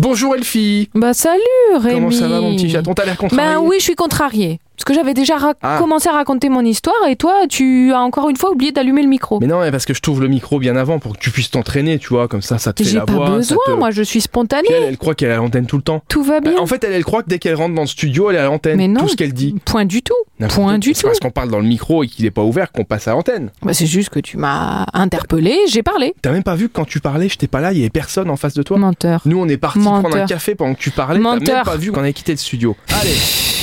Bonjour Elfie Bah salut Rémi Comment ça va mon petit chaton T'as l'air contrarié Ben oui, je suis contrariée. Parce que j'avais déjà rac- Ah. commencé à raconter mon histoire et toi, tu as encore une fois oublié d'allumer le micro. Mais non, mais parce que je trouve le micro bien avant pour que tu puisses t'entraîner, tu vois, comme ça, ça te fait J'ai la pas voix. ça besoin, te- moi je suis spontanée. Puis Elle, elle croit qu'elle est à l'antenne tout le temps. Tout va bien. En fait, elle, elle croit que dès qu'elle rentre dans le studio, elle est à l'antenne. Mais non. Tout ce qu'elle dit. Point du tout. N'importe Point quoi. du C'est tout. parce qu'on parle dans le micro et qu'il n'est pas ouvert qu'on passe à l'antenne. Bah, c'est juste que tu m'as interpellée, j'ai parlé. T'as même pas vu que quand tu parlais, j'étais pas là, il y avait personne en face de toi. Menteur. Nous, on est parti Menteur. prendre un café pendant que tu parlais. T'as même Menteur. pas vu qu'on avait quitté le studio. Allez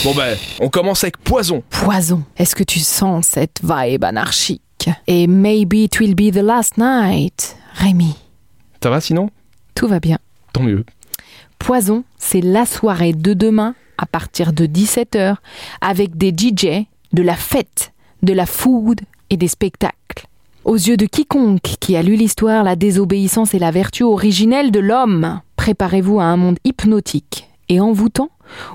Bon ben, on commence avec Poison. Poison. Est-ce que tu sens cette vibe anarchique Et maybe it will be the last night. Rémi, Ça va sinon tout va bien. Tant mieux. Poison, c'est la soirée de demain à partir de 17h avec des DJ, de la fête, de la food et des spectacles. Aux yeux de quiconque qui a lu l'histoire, la désobéissance est la vertu originelle de l'homme. Préparez-vous à un monde hypnotique et envoûtant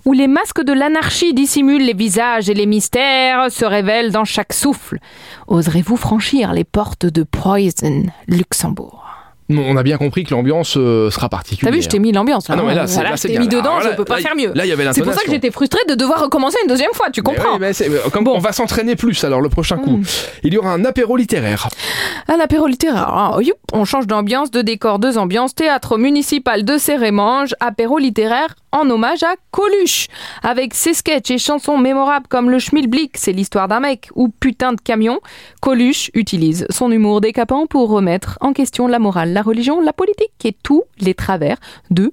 où les masques de l'anarchie dissimulent les visages et les mystères se révèlent dans chaque souffle. Oserez-vous franchir les portes de Poison, Luxembourg Bon, On a bien compris que l'ambiance euh, sera particulière. T'as vu, je t'ai mis l'ambiance. Ah non, hein. mais là, c'est- Voilà, là, je c'est t'ai bien. mis Alors dedans, là, je peux pas là, faire mieux. Là, il y avait C'est pour ça que l'intonation. j'étais frustrée de devoir recommencer une deuxième fois, tu Mais comprends oui, mais c'est- euh, comme- Bon. On va s'entraîner plus alors le prochain coup. Mm. Il y aura un apéro littéraire. À l'apéro littéraire, ah, youp, on change d'ambiance, de décor, deux ambiances, théâtre municipal de Cérémange, apéro littéraire en hommage à Coluche. Avec ses sketchs et chansons mémorables comme Le Schmilblick, c'est l'histoire d'un mec, ou Putain de camion, Coluche utilise son humour décapant pour remettre en question la morale, la religion, la politique et tous les travers de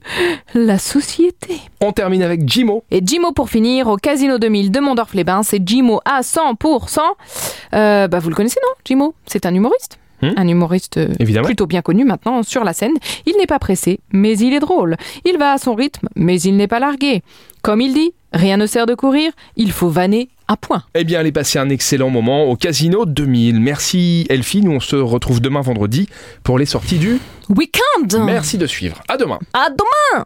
la société. On termine avec Jimo. Et Jimo pour finir, au Casino 2000 de Mondorf-les-Bains, c'est Jimo à 100%. Euh, bah, vous le connaissez, non, Jimo C'est un humoriste. Hmm. Un humoriste euh, Évidemment. plutôt bien connu maintenant sur la scène. Il n'est pas pressé, mais il est drôle. Il va à son rythme, mais il n'est pas largué. Comme il dit, rien ne sert de courir, il faut vanner à point. Eh bien, allez passer un excellent moment au Casino 2000. Merci Elfie. Nous, on se retrouve demain vendredi pour les sorties du. Weekend Merci de suivre. À demain. À demain